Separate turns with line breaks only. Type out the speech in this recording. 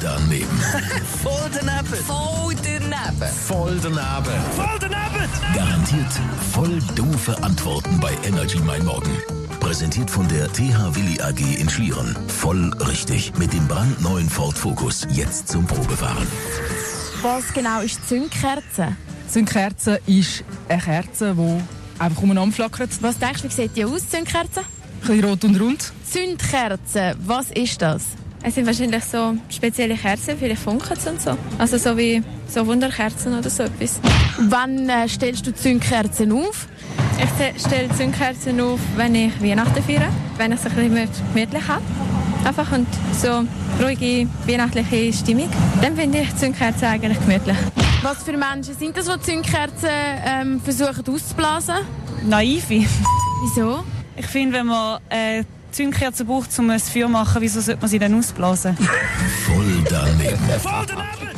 daneben.
Voll daneben.
Voll daneben.
Voll daneben.
Voll daneben.
Garantiert voll doofe Antworten bei Energy Mein Morgen. Präsentiert von der TH Willi AG in Schlieren. Voll richtig. Mit dem brandneuen Ford Focus. Jetzt zum Probefahren.
Was genau ist Zündkerze?
Zündkerze ist eine Kerze, die einfach umeinander flackert. Ein
Was denkst du, wie sieht die aus, Zündkerze?
bisschen rot und rund.
Zündkerze, was ist das?
Es sind wahrscheinlich so spezielle Kerzen, vielleicht Funken und so. Also so wie so Wunderkerzen oder so etwas.
Wann äh, stellst du Zündkerzen auf?
Ich stelle Zündkerzen auf, wenn ich Weihnachten feiere, wenn ich es ein bisschen mehr gemütlich habe. Einfach und so ruhige weihnachtliche Stimmung. Dann finde ich Zündkerzen eigentlich gemütlich.
Was für Menschen sind das, die Zündkerzen ähm, versuchen auszublasen?
naive.
Wieso?
Ich finde, wenn man äh, Zündkerzen braucht, um ein Feuer zu machen, wieso sollte man sie dann ausblasen?
Voll daneben.
Voll daneben.